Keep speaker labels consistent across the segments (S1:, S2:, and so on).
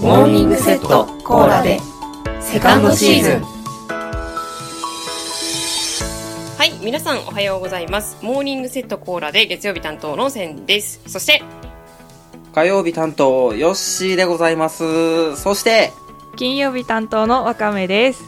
S1: モーニングセットコーラでセカンドシーズン
S2: はい、皆さんおはようございます。モーニングセットコーラで月曜日担当のセンです。そして、
S3: 火曜日担当、ヨッシーでございます。そして、
S4: 金曜日担当のわかめです。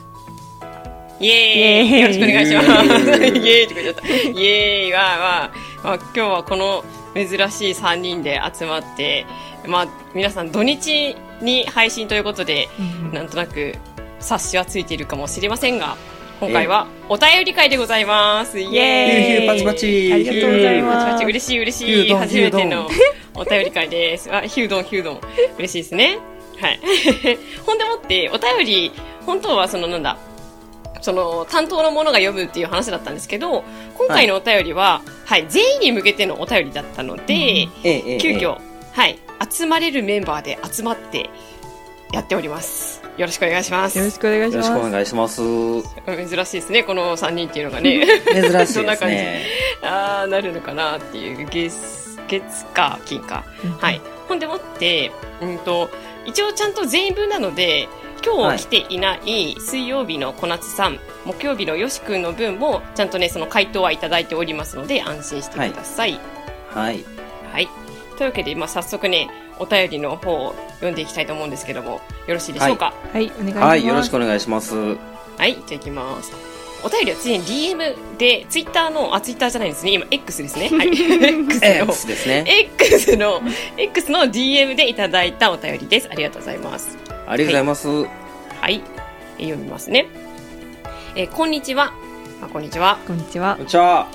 S2: イエーイ
S4: イエーイ
S2: よろしくお願いします。
S3: イエーイ
S2: イエーイとか言っちゃった。イエーイわーわー、まあ、今日はこの珍しい3人で集まって、まあ、皆さん土日に配信ということで、なんとなく察しはついているかもしれませんが、今回はお便り会でございます。イ
S4: イエーイ
S3: ヒューヒューパチパチ
S4: ありがとうございます。
S2: パチパチ嬉しい嬉し
S3: ヒュー
S2: い
S3: ドン
S2: 初めてのお便り会です。あ、ヒュードンヒュードン嬉しいですね。はい。 ほんでもってお便り本当はそのなんだその担当の者が読むっていう話だったんですけど今回のお便りは、はい全員に向けてのお便りだったので、
S3: ええええ
S2: 急遽、はい集まれるメンバーで集まってやっております。よろしくお願いします。
S4: よろしくお願いし
S3: よろ
S4: ま
S3: し
S4: す。
S3: くお願いします。珍
S2: 珍しいですね、この3人っていうのがね。
S3: し
S2: そ
S3: い
S2: ん
S3: で
S2: な
S3: す
S2: 感じ
S3: ね。
S2: ああ、なるのかなっていう、月、月か、金か。
S4: うん
S2: はい。。ほんでもって、うんと、一応ちゃんと全員分なので、今
S3: はい
S2: 日来ていない水曜日の小夏さん、木曜日のよしくんの分も、ちゃんとね、その回答はいただいておりますので、安心してください。
S3: はい。
S2: はい。というわけで、まあ、早速ね、お便りの方を読んでいきたいと思うんですけども、よろしいでしょうか。
S4: はい、お願いします。
S3: はい、よろしくお願いします。
S2: はい、じゃあ行きます。お便りは常に DM で、ツイッターの、あ、ツイッターじゃないですね、今 X ですね。 はい。X の
S3: X ですね。
S2: X の X の DM でいただいたお便りです。ありがとうございます。
S3: ありがとうございます。
S2: はい、えー読みますね。えーこんにちは。あこんにちは。
S4: こんにちは
S3: こん。にちは。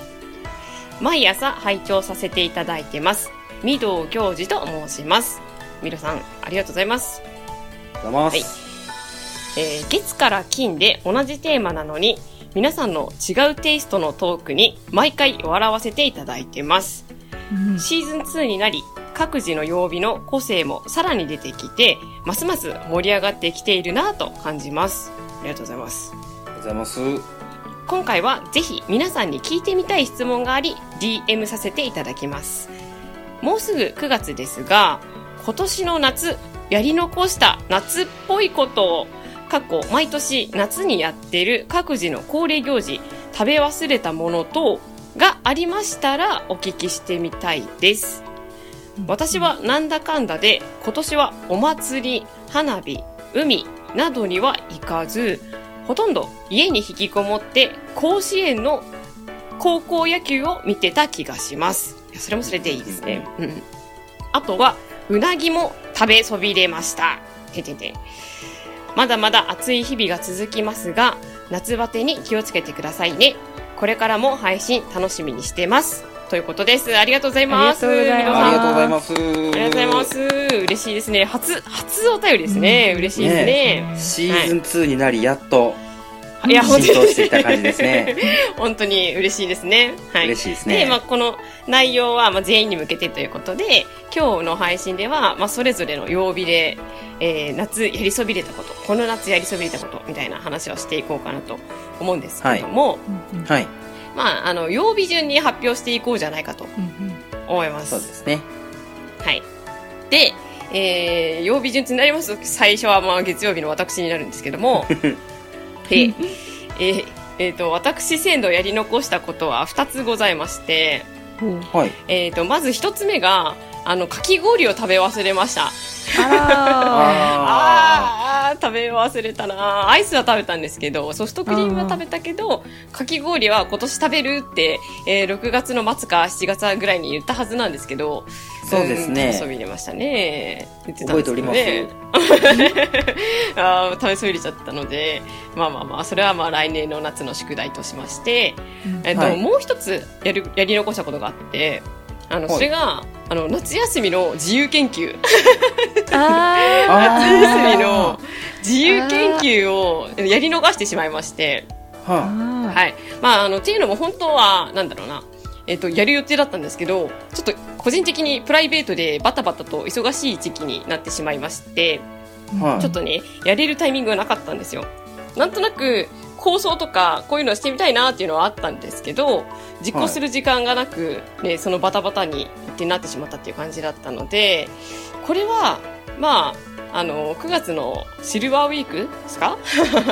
S2: 毎朝拝聴させていただいてます。御堂行司と申します。みろさん、ありがとうございま
S3: お
S2: す。
S3: はようございま
S2: は
S3: す。
S2: えー月から金で同じテーマなのに、皆さんの違うテイストのトークに毎回笑わせていただいてます。
S4: うん
S2: シーズン2になり、各自の曜日の個性もさらに出てきて、ますます盛り上がってきているなぁと感じます。ありがとうございます。
S3: ありがとうございます。
S2: 今回はぜひ皆さんに聞いてみたい質問があり、DM させていただきます。もうすぐ9月ですが、今年の夏、やり残した夏っぽいことを、過去毎年夏にやってる各自の恒例行事、食べ忘れたもの等がありましたらお聞きしてみたいです。私はなんだかんだで今年はお祭り、花火、海などには行かず、ほとんど家に引きこもって甲子園の高校野球を見てた気がします。いやそれもそれでいいですね。うん。あとは、うなぎも食べそびれました。てんてんてんまだまだ暑い日々が続きますが、夏バテに気をつけてくださいね。これからも配信楽しみにしてます。ということです。ありがとうございます。
S4: ありがとうござい
S3: ありがとうござい
S2: 皆さん
S4: ます
S3: ます。あ
S2: ありがとうございます。嬉しいですね。初、初お便りですね。嬉しいですね。
S3: シーズン2になり、やっと
S2: いや、本
S3: 浸
S2: 当
S3: 透
S2: に。
S3: してきた感じですね。
S2: 本当に嬉しいですね。はい。
S3: 嬉しいです
S2: で、
S3: ね
S2: ま。あ、この内容は、まあ、全員に向けてということで、今日の配信では、まあ、それぞれの曜日で、えー夏やりそびれたこと、この夏やりそびれたこと、みたいな話をしていこうかなと思うんですけども、
S4: うんうん
S3: はい。
S2: まあ、あの、曜日順に発表していこうじゃないかと
S4: うん
S2: 思います。
S3: そうですね。
S2: はい。で、えー、曜日順になりますと、最初はまあ月曜日の私になるんですけども、で、えーえーと、私、鮮度やり残したことは2つございまして、
S4: うんほう
S3: はい。
S2: えーと、まず1つ目が、あの、かき氷を食べ忘れました。
S4: あら
S3: あ
S2: あーあー食べ忘れたなーアイスは食べたんですけどソフトクリームは食べたけどかき氷は今年食べるって、えー6月の末か7月ぐらいに言ったはずなんですけど
S3: そうですね
S2: ん食べそびれましたね言ってたん
S3: 覚え
S2: で
S3: てお
S2: すけ
S3: り
S2: ど
S3: ま
S2: ね
S3: す。
S2: あー食べそびれちゃったのでまあまあまあそれはまあ来年の夏の宿題としまして、えっと
S3: はい
S2: もう一つやるやり残したことがあってあの
S3: はい
S2: それが、あの夏休みの自由研究
S4: あ
S2: 夏休みの
S3: あ
S2: 自由研究をやり逃してしまいまして、
S3: ーはあ
S4: ー。
S2: はい。まあ、あの、っていうのも本当は、なんだろうな、えっ、と、やる予定だったんですけど、ちょっと個人的にプライベートでバタバタと忙しい時期になってしまいまして、
S3: はい
S2: ちょっとね、やれるタイミングがなかったんですよ。なんとなく、構想とか、こういうのしてみたいなっていうのはあったんですけど、実行する時間がなく、ね、そのバタバタにってなってしまったっていう感じだったので、これは、まあ、あの、9月のシルバーウィークですか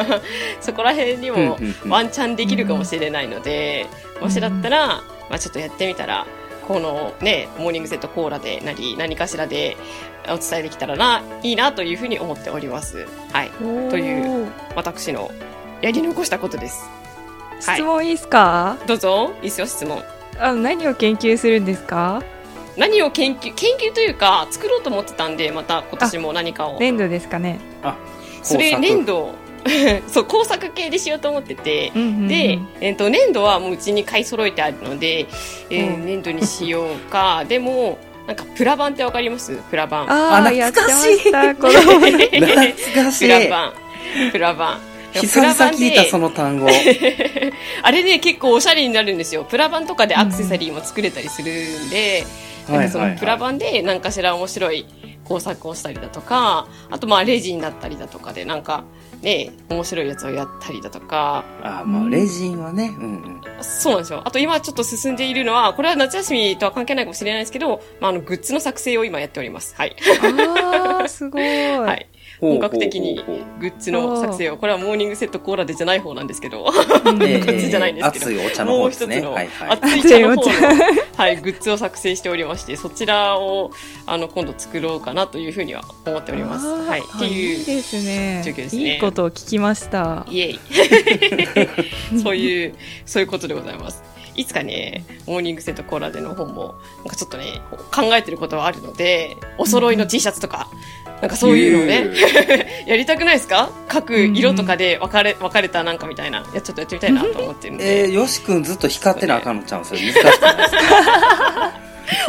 S2: そこら辺にも
S3: うんうんうん
S2: ワンチャンできるかもしれないので、もしだったら、まあちょっとやってみたら、このね、モーニングセットコーラでなり、何かしらでお伝えできたらな、いいなというふうに思っております。はい。という私のやり残したことです。はい
S4: 質問いいですか？
S2: どうぞ、いいっすよ、質問。
S4: あの何を研究するんですか？
S2: 何を研究、研究というか、作ろうと思ってたんで、また今年も何かを。
S4: 粘土ですかね。
S2: そ
S3: 工
S2: れ、
S3: 作
S2: 粘土を そう、工作系でしようと思ってて、
S4: うんうんうん
S2: で、えっと粘土はもううちに買い揃えてあるので、えー
S4: うん
S2: 粘土にしようか でもなんかプラ板ってわかりますプラ板
S4: ああ
S3: あ
S4: やって
S3: 懐
S4: ま
S3: かしい
S4: したこの
S3: 懐かし
S2: プ
S3: い。
S2: ラ板プラ板
S3: 久々聞いたそ
S2: の
S3: の単語。
S2: あれね結構おしゃれになるんですよプラ板とかでアクセサリーも作れたりするんで、なんかそのプラ
S3: バ
S2: 板で何かしら面白い工作をしたりだとかあとまあレジンだったりだとかでなんかね面白いやつをやったりだとか
S3: あー、まあ、レジンはね。うんうん。
S2: そうなんですよ。あと今ちょっと進んでいるのは、これは夏休みとは関係ないかもしれないですけど、まあ、あの、グッズの作成を今やっております。はい。
S4: あーすごい。
S2: はい。本格的に
S3: ほうほうほう
S2: グッズの作成を、これはモーニングセットコーラでじゃない方なんですけ ど、
S4: うん
S3: ええ
S2: 感じじゃないんですけど
S3: 熱いお茶の方
S2: も
S3: で
S2: う一
S3: す
S2: つ
S3: ね。
S2: の
S3: はいはい。
S2: 熱い茶の方の、はい、グッズを作成しておりまして、そちらを、あの、今度作ろうかなというふうには思っております。
S4: あー
S2: はい。って
S4: いい
S2: いう、
S4: ですね
S2: 状況ですね
S4: いいことを聞きました。
S2: イエイ。 そういう、そういうことでございます。いつかね、モーニングセットコーラでの本も、なんかちょっとね、こう考えてることはあるので、お揃いの T シャツとか、なんかそういうのをね、やりたくないですか各色とかで分かれ、分かれたなんかみたいな、いや、ちょっとやってみたいなと思ってるん
S3: えー、
S2: で、
S3: よしくんずっと光ってなあかんのちゃうんすよ。難しくないですか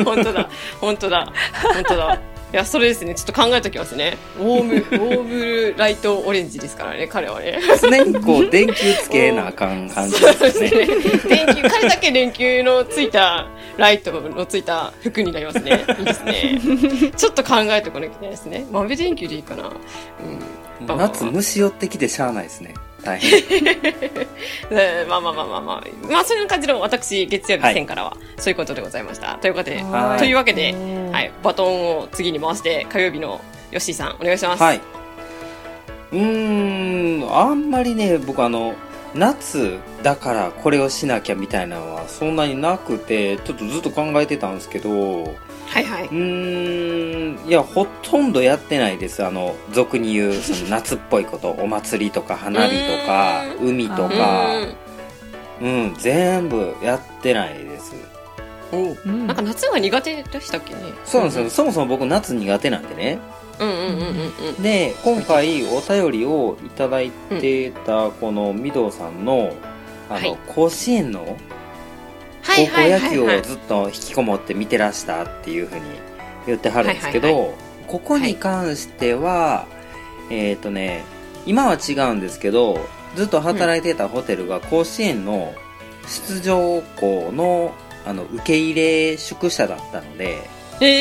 S2: 本当だ、本当だ、本当だ。いや、それですね、ちょっと考えときますね。 ウォーム、ウォームライトオレンジですからね、彼はね。
S3: 常にこう、電球つけなあかん感じですね。
S2: 電球、彼だけ電球のついた、ライトのついた服になりますね。 いいですね。ちょっと考えておかなきゃいけないですね。豆電球でいいかな。うん。そう
S3: 夏虫寄ってきてしゃあないですね。大変。
S2: えーまあまあまあまあまあ。まあそういう感じの私、月曜日1000からは、そういうことでございました。ということで、
S3: はい
S2: というわけで、
S4: おー
S2: はい、バトンを次に回して、火曜日のヨッシーさん、お願いします。
S3: はい。うーん、あんまりね、僕あの、夏だからこれをしなきゃみたいなのはそんなになくて、ちょっとずっと考えてたんですけど、。
S2: はいはいう
S3: ーん、いや、ほとんどやってないです。あの、俗に言う、その夏っぽいこと、お祭りとか花火とか
S2: う、
S3: 海と
S2: う
S3: か、
S2: ん
S3: うん、全部やってないです。
S2: お
S4: うん
S2: なんか夏が苦手でしたっけね。
S3: そうなんですよ。そもそも僕夏苦手なんでね。
S2: うんうんうんうんうん。
S3: で、今回お便りをいただいてた、この御堂さんの、あ
S2: はい
S3: の、甲子園の
S2: は
S3: 高
S2: いはい
S3: 校
S2: は
S3: 野
S2: いは
S3: 球
S2: い。
S3: をずっと引きこもって見てらしたっていうふうに言ってはるんですけ
S2: はいは
S3: ど、ここに関しては、えっ、とね、今は違うんですけど、ずっと働いてたホテルが甲子園の出場校の、あの、受け入れ宿舎だったので、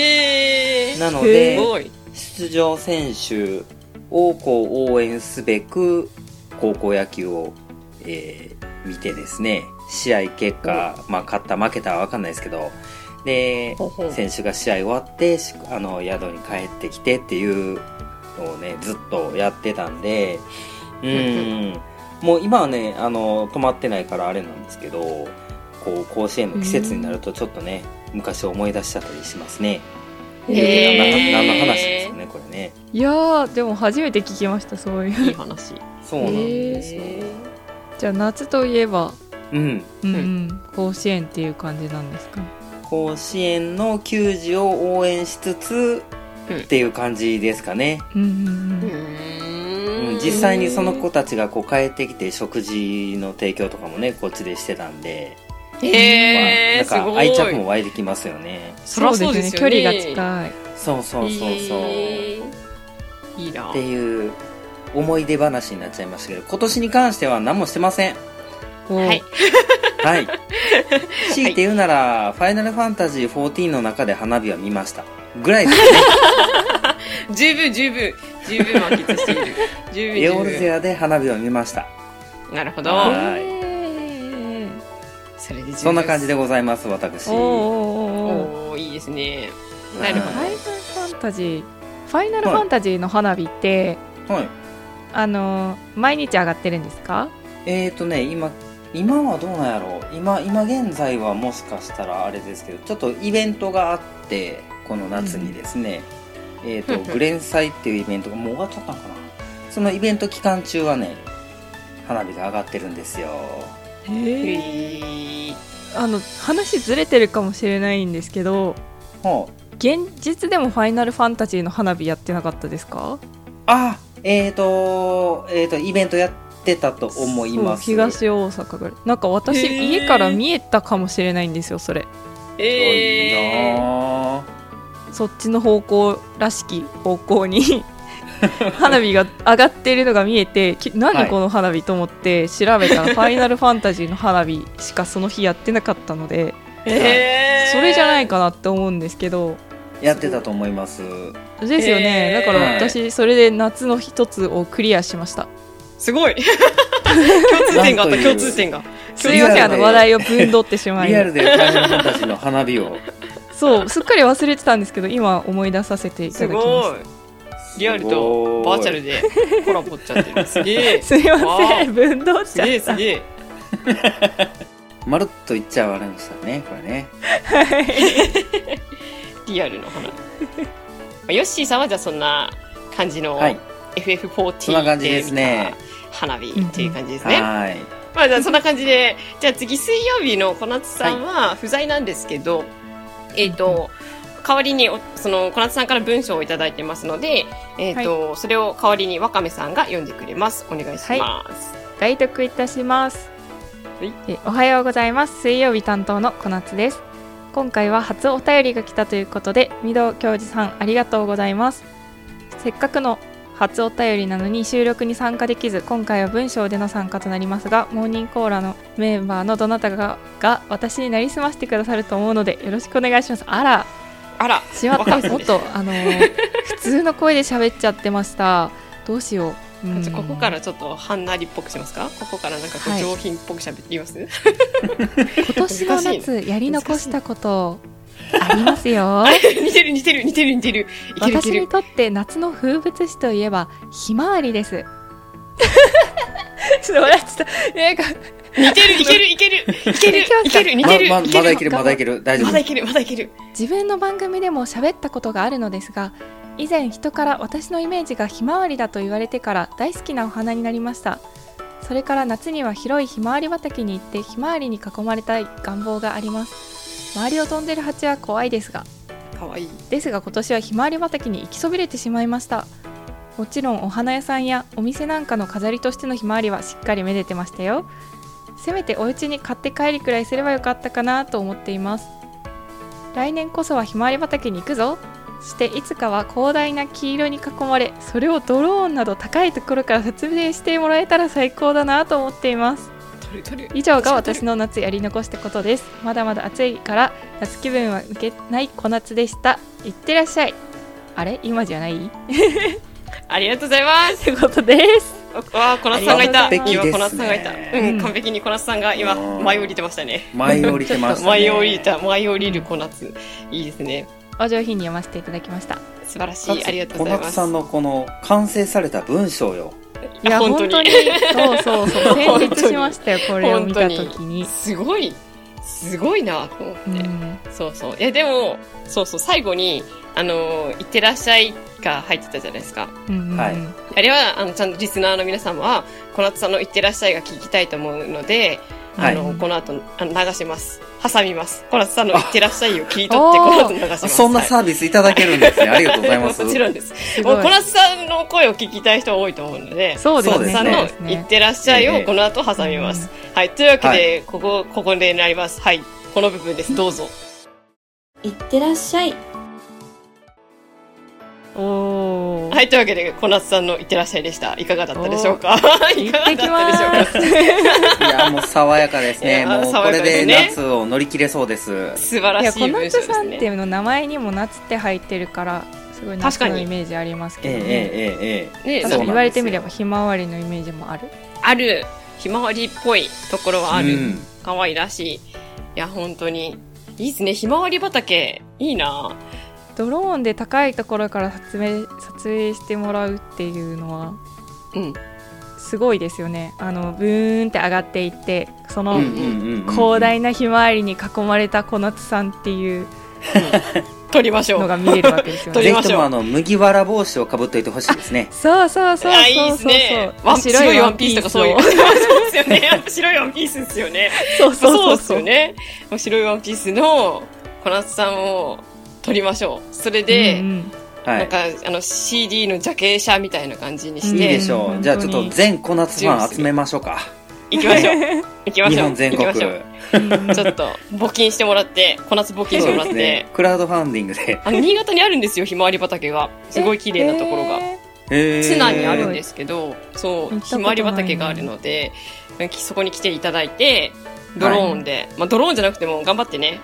S2: えー、
S3: なの
S4: へ
S3: で、
S2: すごい。
S3: 出場選手をこう応援すべく高校野球を、えー見てですね試合結果、まあ、勝った負けたは分かんないですけどで
S2: ほうほう
S3: 選手が試合終わってしあの宿に帰ってきてっていうのをねずっとやってたんでうんんもう今はねあの泊まってないからあれなんですけどこう甲子園の季節になるとちょっとね昔を思い出しちゃったりしますね。
S2: へー
S3: 何の何の話ですかねこれね。
S4: いやーでも初めて聞きましたそういう。
S2: いい話。
S3: そうなんですよ。
S4: じゃあ夏といえば、
S3: うん。
S4: うんうん、甲子園っていう感じなんですか。
S3: 甲子園の球児を応援しつつ、
S2: うん
S3: っていう感じですかね。
S4: うんう
S2: うんー
S3: うんん、実際にその子たちがこう帰ってきて食事の提供とかもね、こっちでしてたんで、ま
S2: へー、
S3: あ
S2: す
S3: なん
S2: ご
S3: か
S2: い
S3: 愛着も湧いてきますよね。
S2: そりゃそうですよね
S4: 距離が近い。
S3: そうそうそうそう。
S2: へーいいな
S3: っていう思い出話になっちゃいましたけど、今年に関しては何もしてません。
S4: こう
S2: はい
S3: はい。強いて言うなら、ファイナルファンタジー14の中で花火は見ました。ぐらいですね。
S2: 十分十分十分満喫 して いる十
S3: エオ
S2: 分
S3: ル
S2: 十
S3: ゼアで花火を見ました。
S2: 分なるほど
S3: はい
S4: えー
S2: それで十分
S3: そんな感じでございます、私。
S4: おーおーおーおー
S2: おーいいですねなるほど
S4: ファイナルファンタジー。フファイナルファンタジーの花火って、
S3: はい。
S4: あの毎日上がってるんですか
S3: えーとね、今、今はどうなんやろう今、今現在はもしかしたらあれですけど、ちょっとイベントがあって、この夏にですね、えー
S2: ふん
S3: と、
S2: ふん
S3: グレン祭っていうイベントがもう終わっちゃったのかなそのイベント期間中はね、花火が上がってるんですよ。
S2: へー
S4: あの話ずれてるかもしれないんですけど
S3: ほう。
S4: 現実でも「ファイナルファンタジー」の花火やってなかったですか
S3: あ、えーと、えーと、イベントやってたと思います。
S4: そう東大阪ぐらいなんか私
S2: へー
S4: 家から見えたかもしれないんですよそれ
S3: すごい
S2: え
S3: なあ
S4: そっちの方向らしき方向に 花火が上がってるのが見えてき
S3: はい
S4: 何この花火と思って調べたら「ファイナルファンタジー」の花火しかその日やってなかったので
S2: ーえー
S4: それじゃないかなって思うんですけど
S3: やってたと思います。
S4: ですよね、
S2: へー
S4: だから私それで夏の一つをクリアしました
S2: す ごい共通点があっ
S3: なんとい
S2: た
S3: う
S2: 共通点が
S4: すいませんあの話題をぶんどってしま
S3: リア
S4: い
S3: ルでファイナルファンタジーの花火を。
S4: そうすっかり忘れてたんですけど今思い出させていた
S2: す
S4: だきまし
S2: ごいリアルとバーチャルでコラボっちゃってるすげ え
S4: たすいま
S2: わ
S4: せ
S2: あ
S4: んぶんどっ
S2: す
S4: ちゃ
S2: げ
S4: っ
S2: えす
S4: た
S2: げえ
S3: まるっと言っちゃわれましたね、これね。
S2: リアルの 花まあヨッシーさんはじゃあそんな感じの
S3: はい。
S2: FF40
S3: そんな感じですね
S2: 花火っていう感じですね、
S3: はい。
S2: まあじゃあそんな感じでじゃあ次水曜日の小夏さんは不在なんですけど、えっ、と代わりにおその小夏さんから文章をいただいてますので、えっとそれを代わりにわかめさんが読んでくれますお願いします、
S4: 代読いたします、
S2: はい
S4: えおはようございます水曜日担当の小夏です今回は初お便りが来たということで御堂教授さんありがとうございますせっかくの初お便りなのに収録に参加できず今回は文章での参加となりますがモーニングコーラのメンバーのどなたかがが私になりすましてくださると思うのでよろしくお願いしますあら
S2: あら
S4: しまっ
S2: 若
S4: た
S2: めさ
S4: も
S2: ん
S4: っ
S2: です
S4: とあのー普通の声で喋っちゃってましたどうしよううん
S2: じゃあここからちょっとハンナリっぽくしますかここからなんかこ
S4: は
S2: う
S4: い
S2: 上品っぽく喋ります、
S4: 今年の夏やり残したことありますよ
S2: 似てる似てる似てる似てるいけるいけ
S4: 私に
S2: る
S4: とって夏の風物詩といえばひまわりです ちょっと笑っちゃったなんか
S2: 似てるいけるいけるいける
S4: いけますか
S2: いける似
S3: ま
S2: てる
S3: まま
S2: いけ
S3: だい
S2: る
S3: ける、まだいける。大丈
S2: ま
S3: 夫
S2: だ。いけるまだいける
S4: 自分の番組でも喋ったことがあるのですが以前人から私のイメージがひまわりだと言われてから大好きなお花になりましたそれから夏には広いひまわり畑に行ってひまわりに囲まれたい願望があります周りを飛んでる蜂は怖いですが
S2: かわいい
S4: ですが今年はひまわり畑に行きそびれてしまいましたもちろんお花屋さんやお店なんかの飾りとしてのひまわりはしっかりめでてましたよせめてお家に買って帰るくらいすればよかったかなと思っています来年こそはひまわり畑に行くぞそしていつかは広大な黄色に囲まれそれをドローンなど高いところから撮影してもらえたら最高だなと思っています
S2: 取る取る
S4: 以上が私の夏やり残したことですまだまだ暑いから夏気分は抜けない小夏でしたいってらっしゃいあれ今じゃない
S2: ありがとうございます
S4: ということです
S2: わあ、小夏さんがいた。
S4: ありがとう
S2: 今、
S3: 完璧ですね
S2: 小夏さんがいた。うん、完璧に小夏さんが今
S3: う、ん
S2: 舞い降りてましたね。
S3: 舞い降りてましたね。
S2: 舞い降りた、舞い降りる小夏。いいですね。
S4: お上品に読ませていただきました
S2: 素晴らしい。ありがとうござい
S3: 小
S2: ま
S3: 夏
S2: す。
S3: さんのこの完成された文章よ。
S4: いや
S2: 本当
S4: 本
S2: に
S4: 当にそうそうそう
S2: 本当に
S4: 戦慄しましたよこれを見た時に
S2: すごい、すごいな、と思って。
S4: うん
S2: そうそう。いや、でも、そうそう、最後に、あのー、いってらっしゃいが入ってたじゃないですか。
S4: うんうん
S3: はい
S2: あれは、あの、ちゃんとリスナーの皆様は、小夏さんのいってらっしゃいが聞きたいと思うので、あの、
S4: はい
S2: この後、あの流します。挟みます。小夏さんのいってらっしゃいを切り取っ て、この後流します。
S3: そんな
S2: はい
S3: サービスいただけるんですね。ありがとうございます。
S2: もちろんです。
S4: す
S2: もう
S4: ごい
S2: 小夏さんの声を聞きたい人多いと思うので、
S4: そうです
S3: ね
S2: 小夏さんの
S3: そうです
S4: ね
S2: 言ってらっしゃいをこの後挟みます。はい。というわけで、ここ、ここでなります。はい。この部分です。どうぞ。
S1: いってらっしゃい
S4: おー
S2: はい。というわけで、小夏さんの言ってらっしゃいでした。いかがだったでしょうか い
S4: 行
S2: か
S4: っ
S2: が
S4: てき
S2: だったでしょう
S4: ます
S3: いや、もう爽やかです
S2: い
S3: ね。
S2: や
S3: もうこ
S2: 爽や
S3: れ
S2: かです
S3: で
S2: ね
S3: 夏を乗り切れそうです。
S2: か素晴
S4: い
S2: ら
S4: や
S2: し
S4: 小
S2: い文章で
S4: 夏さ
S2: す
S4: んっ
S2: ね。
S4: ての名前にも夏って入ってるからすごい
S2: 確
S4: 夏
S2: かに
S4: のイメージあります
S3: え
S4: け
S3: え
S4: どね
S3: ええええ
S2: ね
S4: 確
S3: そ
S4: か
S3: うなんですよ
S4: に言われてみればひまわりのイメージもある
S2: ある、ひまわりっぽいところはあ
S3: う
S2: る。
S3: ん
S2: 可愛らしい。いや、本当に。いいですね。ひまわり畑。いいな
S4: ドローンで高いところから撮影撮影してもらうっていうのは
S2: うん
S4: すごいですよねあのブーンって上がっていってその
S3: うんうんうんうん
S4: 広大なひまわりに囲まれた小夏さんっていう
S2: 撮りましょ
S4: の
S2: う
S4: が見えるわけです よ
S2: 撮り
S4: ね
S3: ぜ
S2: ま
S3: ひ
S2: しょう
S3: ともあの麦わら帽子をかぶっといてほしいですね
S4: そうそうそう
S2: あいいで
S4: そう
S2: す
S4: そう
S2: ね
S4: そ
S2: ワ
S4: う
S2: ン白いワンピースとかそうい う
S4: を
S2: そうですよね白いワンピースですよね
S4: そう
S2: そ
S4: そううそ
S2: そう
S4: う
S2: ですよね
S4: そう
S2: 白いワンピースの小夏さんを撮りましょうそれで、
S4: うんうん
S3: は
S2: なん
S3: い
S2: かあの CD のジャケ写みたいな感じに
S4: い
S2: し
S3: いい
S2: て、
S3: でしょ
S4: ね
S3: うじゃあちょっ
S4: 本当
S3: と
S4: に
S3: 全小夏ファン集めましょうか
S2: 行きましょう 行きま
S3: 日
S2: しょう
S3: 本全国
S2: 行きましょうちょっと募金してもらって小夏募金してもらって、
S3: クラウドファンディングで
S2: あの新潟にあるんですよひまわり畑がすごい綺麗なところが、
S4: え
S3: へー
S2: 津南にあるんですけど、そ
S4: 行
S2: う
S4: ったことない
S2: ひまわり畑があるのできそこに来ていただいてドローンで、まあ、ドローンじゃなくても頑張ってね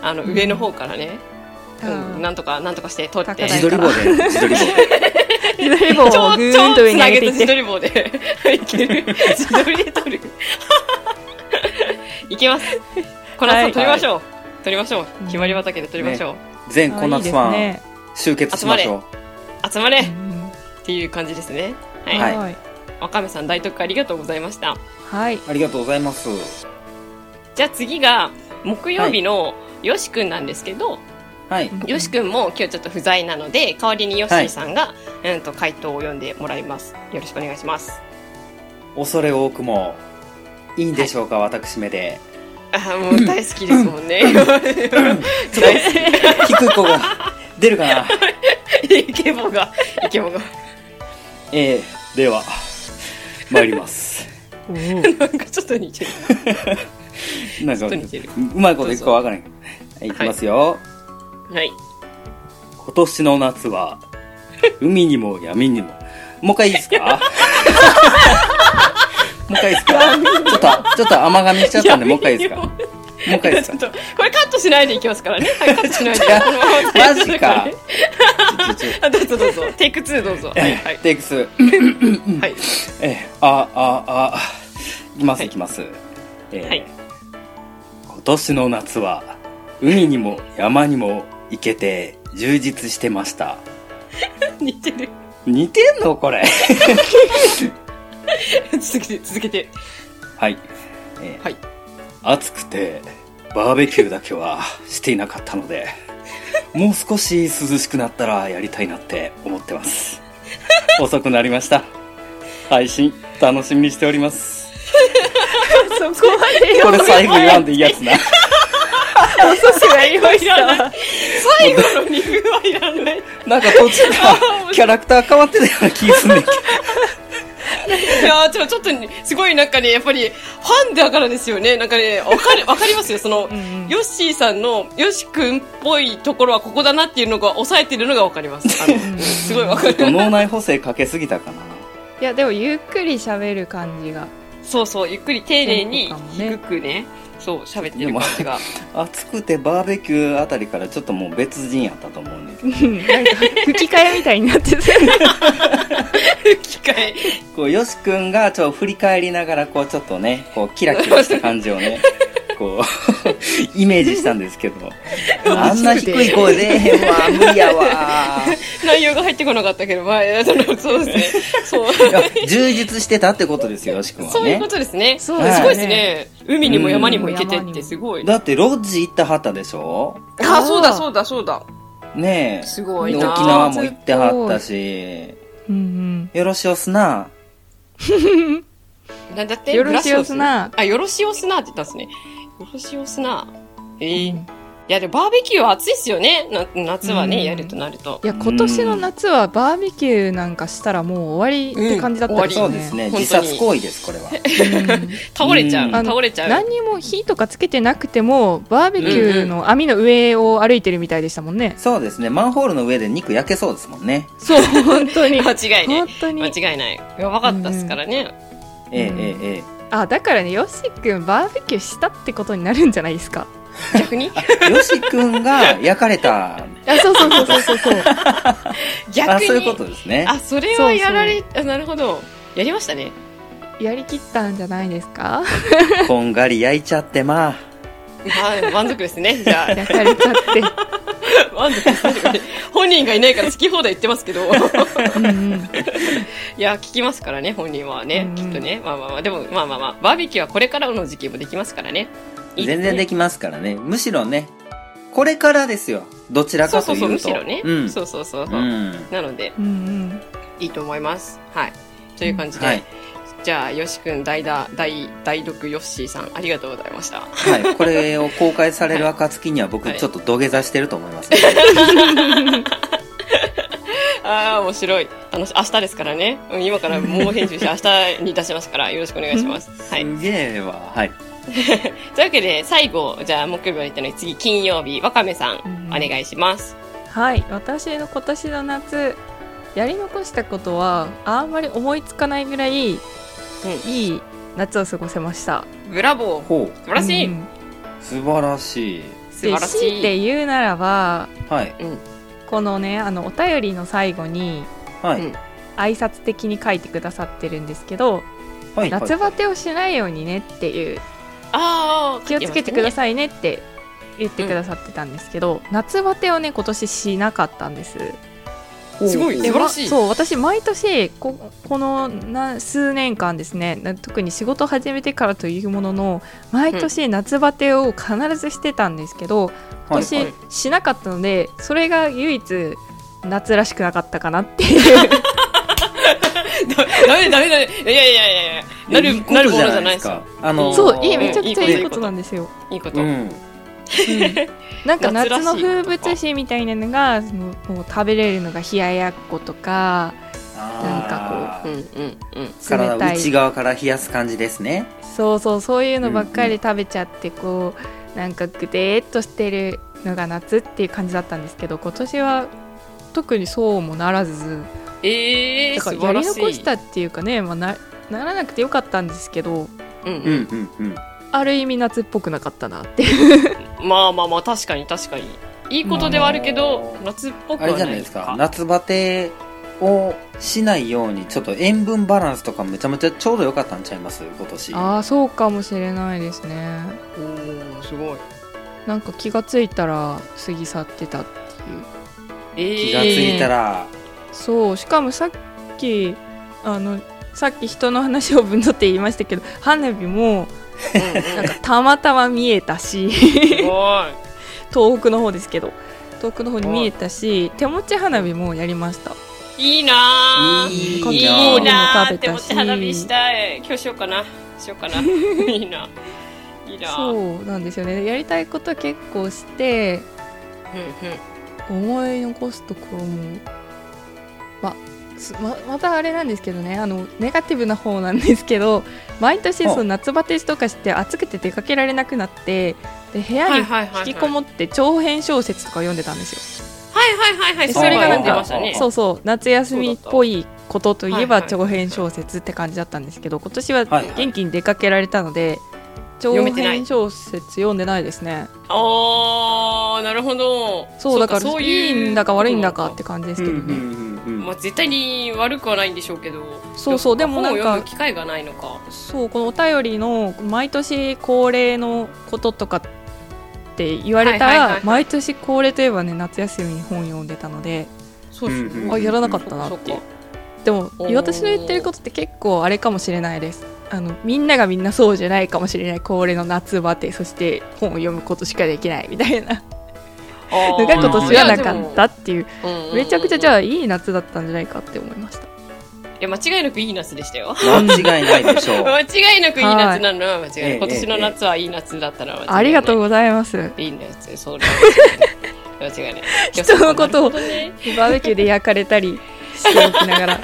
S2: あの
S4: うん
S2: 上の方からね、
S4: ー
S2: うん なんとかなんとかして撮っ
S4: 高
S2: て
S4: 台
S3: 自撮
S2: ち
S3: り棒で自撮り棒で
S4: 自撮り棒
S2: ょ
S4: をぐ
S2: う
S4: ーんと
S2: 超
S4: 上
S2: つ
S4: に
S2: な
S4: 上
S2: げ
S4: げて
S2: て
S4: いっ
S2: 自
S4: て
S2: 撮り棒で いける自撮りで撮る いけますこの
S4: は
S2: 後
S4: い
S2: 撮りましょう、撮りましょう
S4: うん
S2: ひまわり畑で撮りましょう、
S3: 全小夏ファ
S4: あ
S3: ン
S4: いい
S3: 集結しましょ
S2: 集まれ
S4: で
S2: っ
S4: すねうん
S2: ていう感じですねはい、
S3: はい
S4: はい
S2: わかめさん大特価ありがとうございました
S4: はい、
S3: うありがとうございます
S2: じゃあ次が木曜日のよしくんなんですけ
S3: はい
S2: ど、
S4: うん
S2: よしくんも今日ちょっと不在なので代わりによっしーさんが、うんと回答を読んでもらいますよろしくお願いします
S3: 恐れ多くもいいんでしょうか私めで
S2: あもう大好きですもんね
S3: ちょっと低い子が出るかな
S2: イケボがイケボが
S3: えー、では参ります
S4: お
S2: なんかちょっと似てる
S3: なん
S2: ちょ
S3: か
S2: っと似てる
S3: うまいこといくかわからないはい、いきますよ、
S2: はい
S3: 今年の夏は海にも闇にももう一回いいですかもう一回いいですかちょっとちょっと甘噛みしちゃったんでもう一回いいですかもう一回いいです
S2: ち
S3: か
S2: ょっとこれカットしないでいきますからねはいカットし ないで
S3: いや
S2: このまま
S3: マジか
S2: こ
S3: ちょち
S2: れ
S3: ょちょ
S2: あどうぞどうぞテイク2どうぞはいはい
S3: テイクス
S2: はい
S3: えー、あああいきます
S2: はい
S3: いきます、えー
S2: はい
S3: 今年の夏は海にも山にも行けて充実してました
S2: 似てる
S3: 似てんのこれ
S2: 続けて続けて
S3: はい、えー
S2: はい
S3: 暑くてバーベキューだけはしていなかったの でもう少し涼しくなったらやりたいなって思ってます遅くなりました配信楽しみにしております
S4: そこまで
S3: これ最後言わんでいいやつ な
S4: 遅くなりま
S2: いらない最後の2分はいらない
S3: なんか途中 からキャラクター変わってたような気がすんねんけど
S2: いやーちょちょっとねすごいなんかねやっぱりファンだからですよねなんかねわかるわかりますよその
S4: うんうん
S2: ヨッシーさんのヨシ君っぽいところはここだなっていうのが抑えてるのがわかりますあのすごいわかる
S3: ちょっと脳内補正かけすぎたかない
S4: やでもゆっくり喋る感じが
S2: そうそうゆっくり丁寧に
S4: テンポ感もね
S2: 低くねそう喋ってる感じが
S3: 暑くてバーベキューあたりからちょっともう別人やったと思うんだけど
S4: うんなんか吹き替えみたいになってて
S2: 機械
S3: こうよしくんがちょっと振り返りながらこうちょっとねこうキラキラした感じを ねこうイメージしたんですけどあんな低い声出えへんわ無理やわ
S2: 内容が入ってこなかったけどまあそのそうですねそう
S3: いや充実してたってことですよよしくんはね
S2: そういうことですね
S4: そう
S3: ですね
S2: すごいですね海にも山にも行けてってすごい
S3: だってロッジ行ってはったでしょ
S2: あそうだそうだそうだ
S3: ね
S2: す
S3: え
S2: ご
S3: で
S2: い
S3: 沖
S2: な
S3: 縄も行ってはったし
S4: うん
S3: よろしおすな
S2: なんだっ
S4: う
S2: て
S4: んよろしおすな
S2: あ、よろしおすなって言ったんですね。よろしおすな。えーいや、でもバーベキューは暑いですよね。な夏はね、
S4: うん
S2: やるとなると
S4: い。や今年の夏はバーベキューなんかしたらもう終わりって感じだったです
S3: そ
S4: よ
S3: うです
S4: ね、
S3: ね
S2: 本当に
S3: 自殺行為ですこ れは
S4: うん
S2: 倒れちゃう。
S3: うん
S4: あの
S2: 倒れちゃう。
S4: 何にも火とかつけてなくてもバーベキューの網の上を歩いてるみたいでしたもんね、
S3: そうですねマンホールの上で肉焼けそうですもんね
S4: そう本当 に
S2: 間違いね
S4: 本。当に
S2: 間違いない。やばかったっすからね。
S3: ええ
S4: うん
S3: ええええ
S4: あだからねよしくんバーベキューしたってことになるんじゃないですか
S2: 逆に
S3: よしくんが焼かれた。
S4: あそうそうそうそうそうそう
S2: 逆に
S3: あ、そういうことですね。
S2: あそれはやられ、あなるほど。やりましたね。
S4: やりきったんじゃないですか
S3: こんがり焼いちゃってまあ。
S2: はい、満足ですね。じゃあ。
S4: 焼かれちゃって
S2: 満足です確かに本人がいないから好き放題言ってますけど
S4: うんうん
S2: いや聞きますからね本人はね、
S4: うん
S2: きっとねまあまあまあでもまあまあまあバーベキューはこれからの時期もできますからねいいすね
S3: 全然できますからね。むしろね、これからですよ。どちらか
S2: そうそ
S3: と
S2: う
S3: いう
S2: そ
S3: と。
S2: うむしろね、
S3: うん。
S2: そうそうそうそ
S3: う
S2: う、
S3: ん。
S2: なので
S4: うんうん
S2: いいと思いますはいという感じで、
S3: はい。
S2: じゃあよしくん代打第第6ヨッシーさんありがとうございました
S3: はい。これを公開される暁には僕
S2: はい
S3: ちょっと土下座してると思います、ね
S2: ああ、面白い。楽し、明日ですからね。うん今からもう編集して明日に出しますから、よろしくお願いします。はい。
S3: すげえわ。はい。
S2: というわけで、最後、じゃあ木曜日は言ったので、次金曜日、わかめさん、
S4: うん
S2: お願いします。
S4: はい私の今年の夏やり残したことはあんまり思いつかないぐらい、いい夏を過ごせました
S2: ブラボー
S3: ほ
S2: 素晴らしい、
S4: うん
S3: う。素晴らしい。
S2: 素晴
S4: で
S2: ら
S4: 強
S2: し
S4: い
S2: い。
S4: て言うならば
S3: はい。
S4: このねあのお便りの最後に
S3: はい。
S2: うん
S4: 挨拶的に書いてくださってるんですけど、
S3: はい。
S4: 夏
S3: は
S4: バテをしないようにねっていう
S2: ああ、
S4: 気をつけてくだ
S2: さ
S4: さいねって言ってくださってたんですけど、夏バテをね今年しなかったんです
S2: いすごい
S4: で
S2: 素晴らしい
S4: わそう私毎年ここのな数年間ですねな特に仕事を始めてからというものの毎年夏バテを必ずしてたんですけど、今
S3: はい
S4: 年
S3: はい
S4: しなかったのでそれが唯一夏らしくなかったかなっていう
S2: い。ダメダメダメ。いやいやいやいや。なる、なるものじゃないですか。。
S3: あのー
S4: そういいめちゃ
S2: い
S4: く
S2: い
S4: ち
S2: こ
S4: ゃ
S2: と
S4: いいことなんですよ。
S2: いいこと。
S3: う
S2: うん
S3: ん。
S4: なんか夏
S2: 夏ら
S4: の
S2: しいこと
S4: 風
S2: か
S4: 物詩みたいなのがそのもう食べれるのが冷ややっことか
S3: あー
S2: うんうん。
S4: 冷
S3: 体
S4: た
S3: を
S4: い
S3: 内側から冷やす感じですね。
S4: そうそうそういうのばっかり食べちゃってこうなんかぐでーっとしてるのが夏っていう感じだったんですけど今年は特にそうもならず
S2: ええー、
S4: だか
S2: 素晴
S4: らやり
S2: らしい。
S4: 残したっていうかね、まあ、なならなくてよかったんですけど
S2: う
S3: う
S2: んうん
S3: うんうん。
S4: ある意味夏っぽくなかったなっていう
S2: ん。まあまあまあ、確かに確かに。いいことではあるけ
S3: あの
S2: ど、
S3: ー
S2: 夏っぽく
S3: あれ
S2: は
S3: じゃ
S2: な
S3: ない
S2: い
S3: ですか。夏バテをしないように、ちょっと塩分バランスとかむちゃむちゃちょうど良かったんちゃいます今年。
S4: ああそうかもしれないですね
S2: おー、すごい。
S4: なんか気がついたら過ぎ去ってたっていう
S3: 気
S2: え
S3: がつ
S2: えー。
S3: いたら、
S4: そうしかもさっきあのさっき人の話を分取って言いましたけど花火も
S2: うんう
S4: なんんかたまたま見えたし
S2: すごい。
S4: 東北の方ですけど東北の方に見えたし手持ち花火もやりました
S2: いいなぁ。
S3: いい
S4: かき
S3: ない
S4: 氷も
S2: なぁ。
S4: 食べ
S2: 手持
S4: たし
S2: ち花火したい。今日しようかな。しようかな。いいな。いいな。うんうん。
S4: そうなんですよねやりたいこと結構して思い残すところもまますままたあれなんですけどねあのネガティブな方なんですけど毎年
S3: ほう
S4: その夏バテとかして暑くて出かけられなくなってで部屋
S2: はい
S4: に
S2: はいはいはい。
S4: 引きこもって長編小説とかを読んでたんですよ。
S2: はいはいはいはい。
S4: で
S2: そう
S4: それがなん
S2: 言
S4: か
S2: ってましたね。
S4: そうそう夏休みっぽいことといえ
S2: はい
S4: ば
S2: はい
S4: 長編小説って感じだったんですけど今年
S3: はい
S4: は
S3: はい
S4: 元気に出かけられたので長
S2: 読めてない
S4: 編小説読んでないですね
S2: あー、なるほど。
S4: そうだからいいんだか悪いんだかっ。
S2: そ
S4: て感じで
S3: う
S4: す
S3: ん
S4: け
S3: う
S4: ど
S3: ん
S4: ね
S3: う
S2: うんか
S3: う
S2: まあ
S3: ん。
S2: 絶対に悪くはないんでしょうけど。
S4: そうそうでもなん
S2: 本を
S4: か
S2: 読む機会がないのか。
S4: そうこのお便りの毎年恒例のこととかって言われた
S2: はいはいはい
S4: ら
S2: はい
S4: 毎年恒例といえばね夏休みに本読んでたので
S2: そう
S3: うんうんうん
S4: あやらなかったな
S2: そ
S4: っ
S2: ってか
S4: いう。でも
S2: おー
S4: 私の言ってることって結構あれかもしれないですあのみんながみんなそうじゃないかもしれない恒例の夏バテそして本を読むことしかできないみたい な
S2: あ ー
S4: のが今年はなかった。っていう
S2: いやでも
S4: めちゃくちゃじゃ
S2: うんうんうん
S4: あいい夏だったんじゃないかって思いました
S2: いや、間違いなくいいナスでした よ。
S3: 間違いないでしょう。
S2: 間違いなくいい夏なのは間違いない、
S3: はい
S2: 今年の夏はいい夏だったのは間違いない
S4: ありがとうございます
S2: いい夏それは 間違いない間違いない
S4: 人のこと を
S2: なるほどね
S4: バーベキューで焼かれたりしておきな がら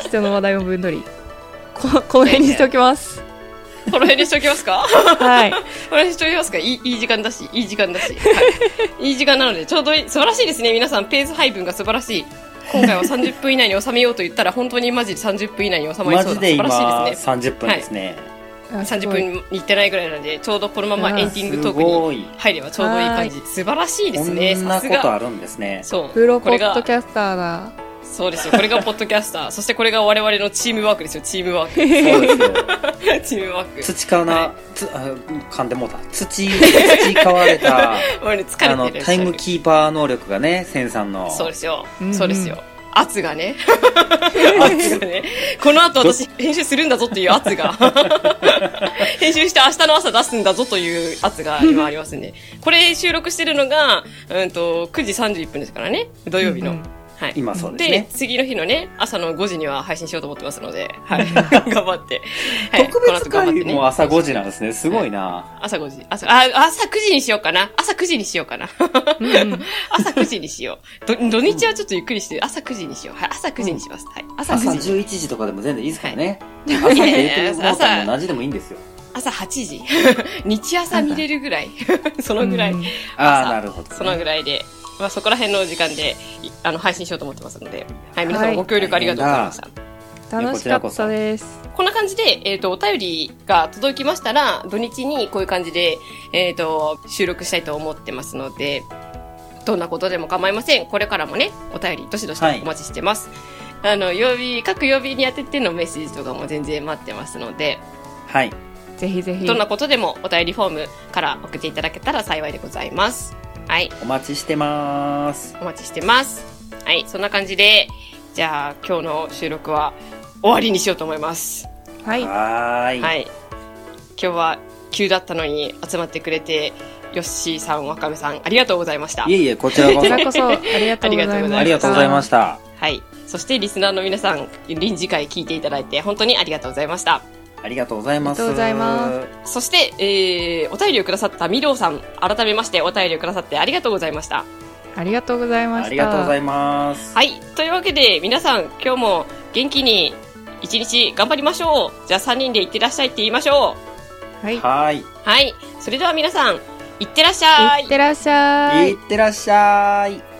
S4: 人の話題をぶんどりここの辺にしておきます
S2: この辺にしときますか
S4: はい
S2: この辺にしときますかいいいい時間だしいい時間だし、 はい、いい時間なのでちょうどいい素晴らしいですね皆さんペース配分が素晴らしい今回は30分以内に収めようと言ったら本当にマジで30分以内に収まり
S3: マ
S2: そう
S3: ジ
S2: だ
S3: で
S2: 素晴
S3: 今
S2: らしいですね
S3: 30分ですね。
S2: 30分いってないぐらいなのでちょうどこのままエンディング
S3: す
S2: トークに
S3: ごい。
S2: 入ればちょうどいい感じ素晴らしいで
S3: こ
S2: すね
S3: んな
S2: さす
S3: こと
S2: が
S3: あるんですね。
S2: そう
S4: プロ
S2: こ
S4: ポ
S2: れ
S4: ッ
S2: が
S4: ドキャスターだ
S2: そうですよ。これがポッドキャスター。そしてこれが我々のチームワークですよ。チームワーク。
S3: そうですよ。
S2: チームワーク。
S3: 土かな、
S2: は
S3: つあ噛んでもうた。土、土買われた、
S2: もうね疲れて
S3: あ
S2: る
S3: の、タイムキーパー能力がね、千さんの。
S2: そうですよ、
S4: うんうん
S2: そうですよ圧がね 圧がねこの後私編集するんだぞという圧が編集して明日の朝出すんだぞという圧が今ありますねこれ収録してるのが、うん、と9時31分ですからね土曜日の、
S4: うんうん
S2: はい
S3: 今そうです
S2: で
S3: ね。
S2: 次の日のね朝の5時には配信しようと思ってますので、はい、頑張って、はい、
S3: 特別
S2: この後頑張
S3: 会
S2: ってね
S3: も朝5時なんですね。すごいな。
S2: 朝5時朝あ朝9時にしようかな朝9時にしようかな
S4: うんうん
S2: 朝9時にしよう。ど土日はちょっとゆっくりして、朝9時にしよう。はい、朝9時にします。はい、朝
S3: 朝
S2: 9時。
S3: 11時とかでも全然いいですからね。朝
S2: は
S3: っ
S2: い
S3: て言ってるもう
S2: 朝
S3: 同じでもいいんですよ。
S2: 朝8時。 日朝見れるぐらい。 そのぐらい。
S4: うんうん
S3: あ
S2: 朝
S3: あ、なるほど。
S2: そのぐらいで。まあそこら辺の時間で、いあの、配信しようと思ってますので。はい、皆さ
S4: は
S2: ん
S4: い
S2: ご協力ありがとうございました。
S4: 楽しかったです。
S2: こんな感じで、えっ、と、お便りが届きましたら、土日にこういう感じで、えっ、と、収録したいと思ってますので、どんなことでも構いません。これからもね、お便り、どしどし
S3: はい
S2: お待ちしてます。あの、曜日、各曜日に当ててのメッセージとかも全然待ってますので、
S3: はい。
S4: ぜひぜひ。
S2: どんなことでもお便りフォームから送っていただけたら幸いでございます。はい、
S3: お待ちしてます。
S2: お待ちしてます。はい、そんな感じで、じゃあ今日の収録は終わりにしようと思います。
S4: はい。
S3: はーい。
S2: はい。今日は急だったのに集まってくれて、ヨッシーさん、ワカメさん、ありがとうございました
S3: い。えいえ、こちらこ
S4: こ
S3: そ
S4: ち。らこそありがとうございました。
S3: ありがとうございま
S4: し
S3: した。
S2: はい。そしてリスナーの皆さん、臨時会聞いていただいて、本当にありがとうございました。
S3: ありがとうございます。
S4: ありがとうござ
S2: そして、えー、お便りをくださったミローさん、改めましてお便りをくださってありがとうございました。
S4: た。ありがとうございました。
S3: ありがとうござ
S4: い
S3: います。
S2: はい。というわけで、皆さん、今日も元気に一日頑張りましょう。じゃあ3人で行ってらっしゃいって言いましょ
S4: は
S3: はーい。
S2: う。はい。それでは皆さん、行ってらっしゃい。
S4: い。いってらっしゃい。
S3: いってらっしゃい。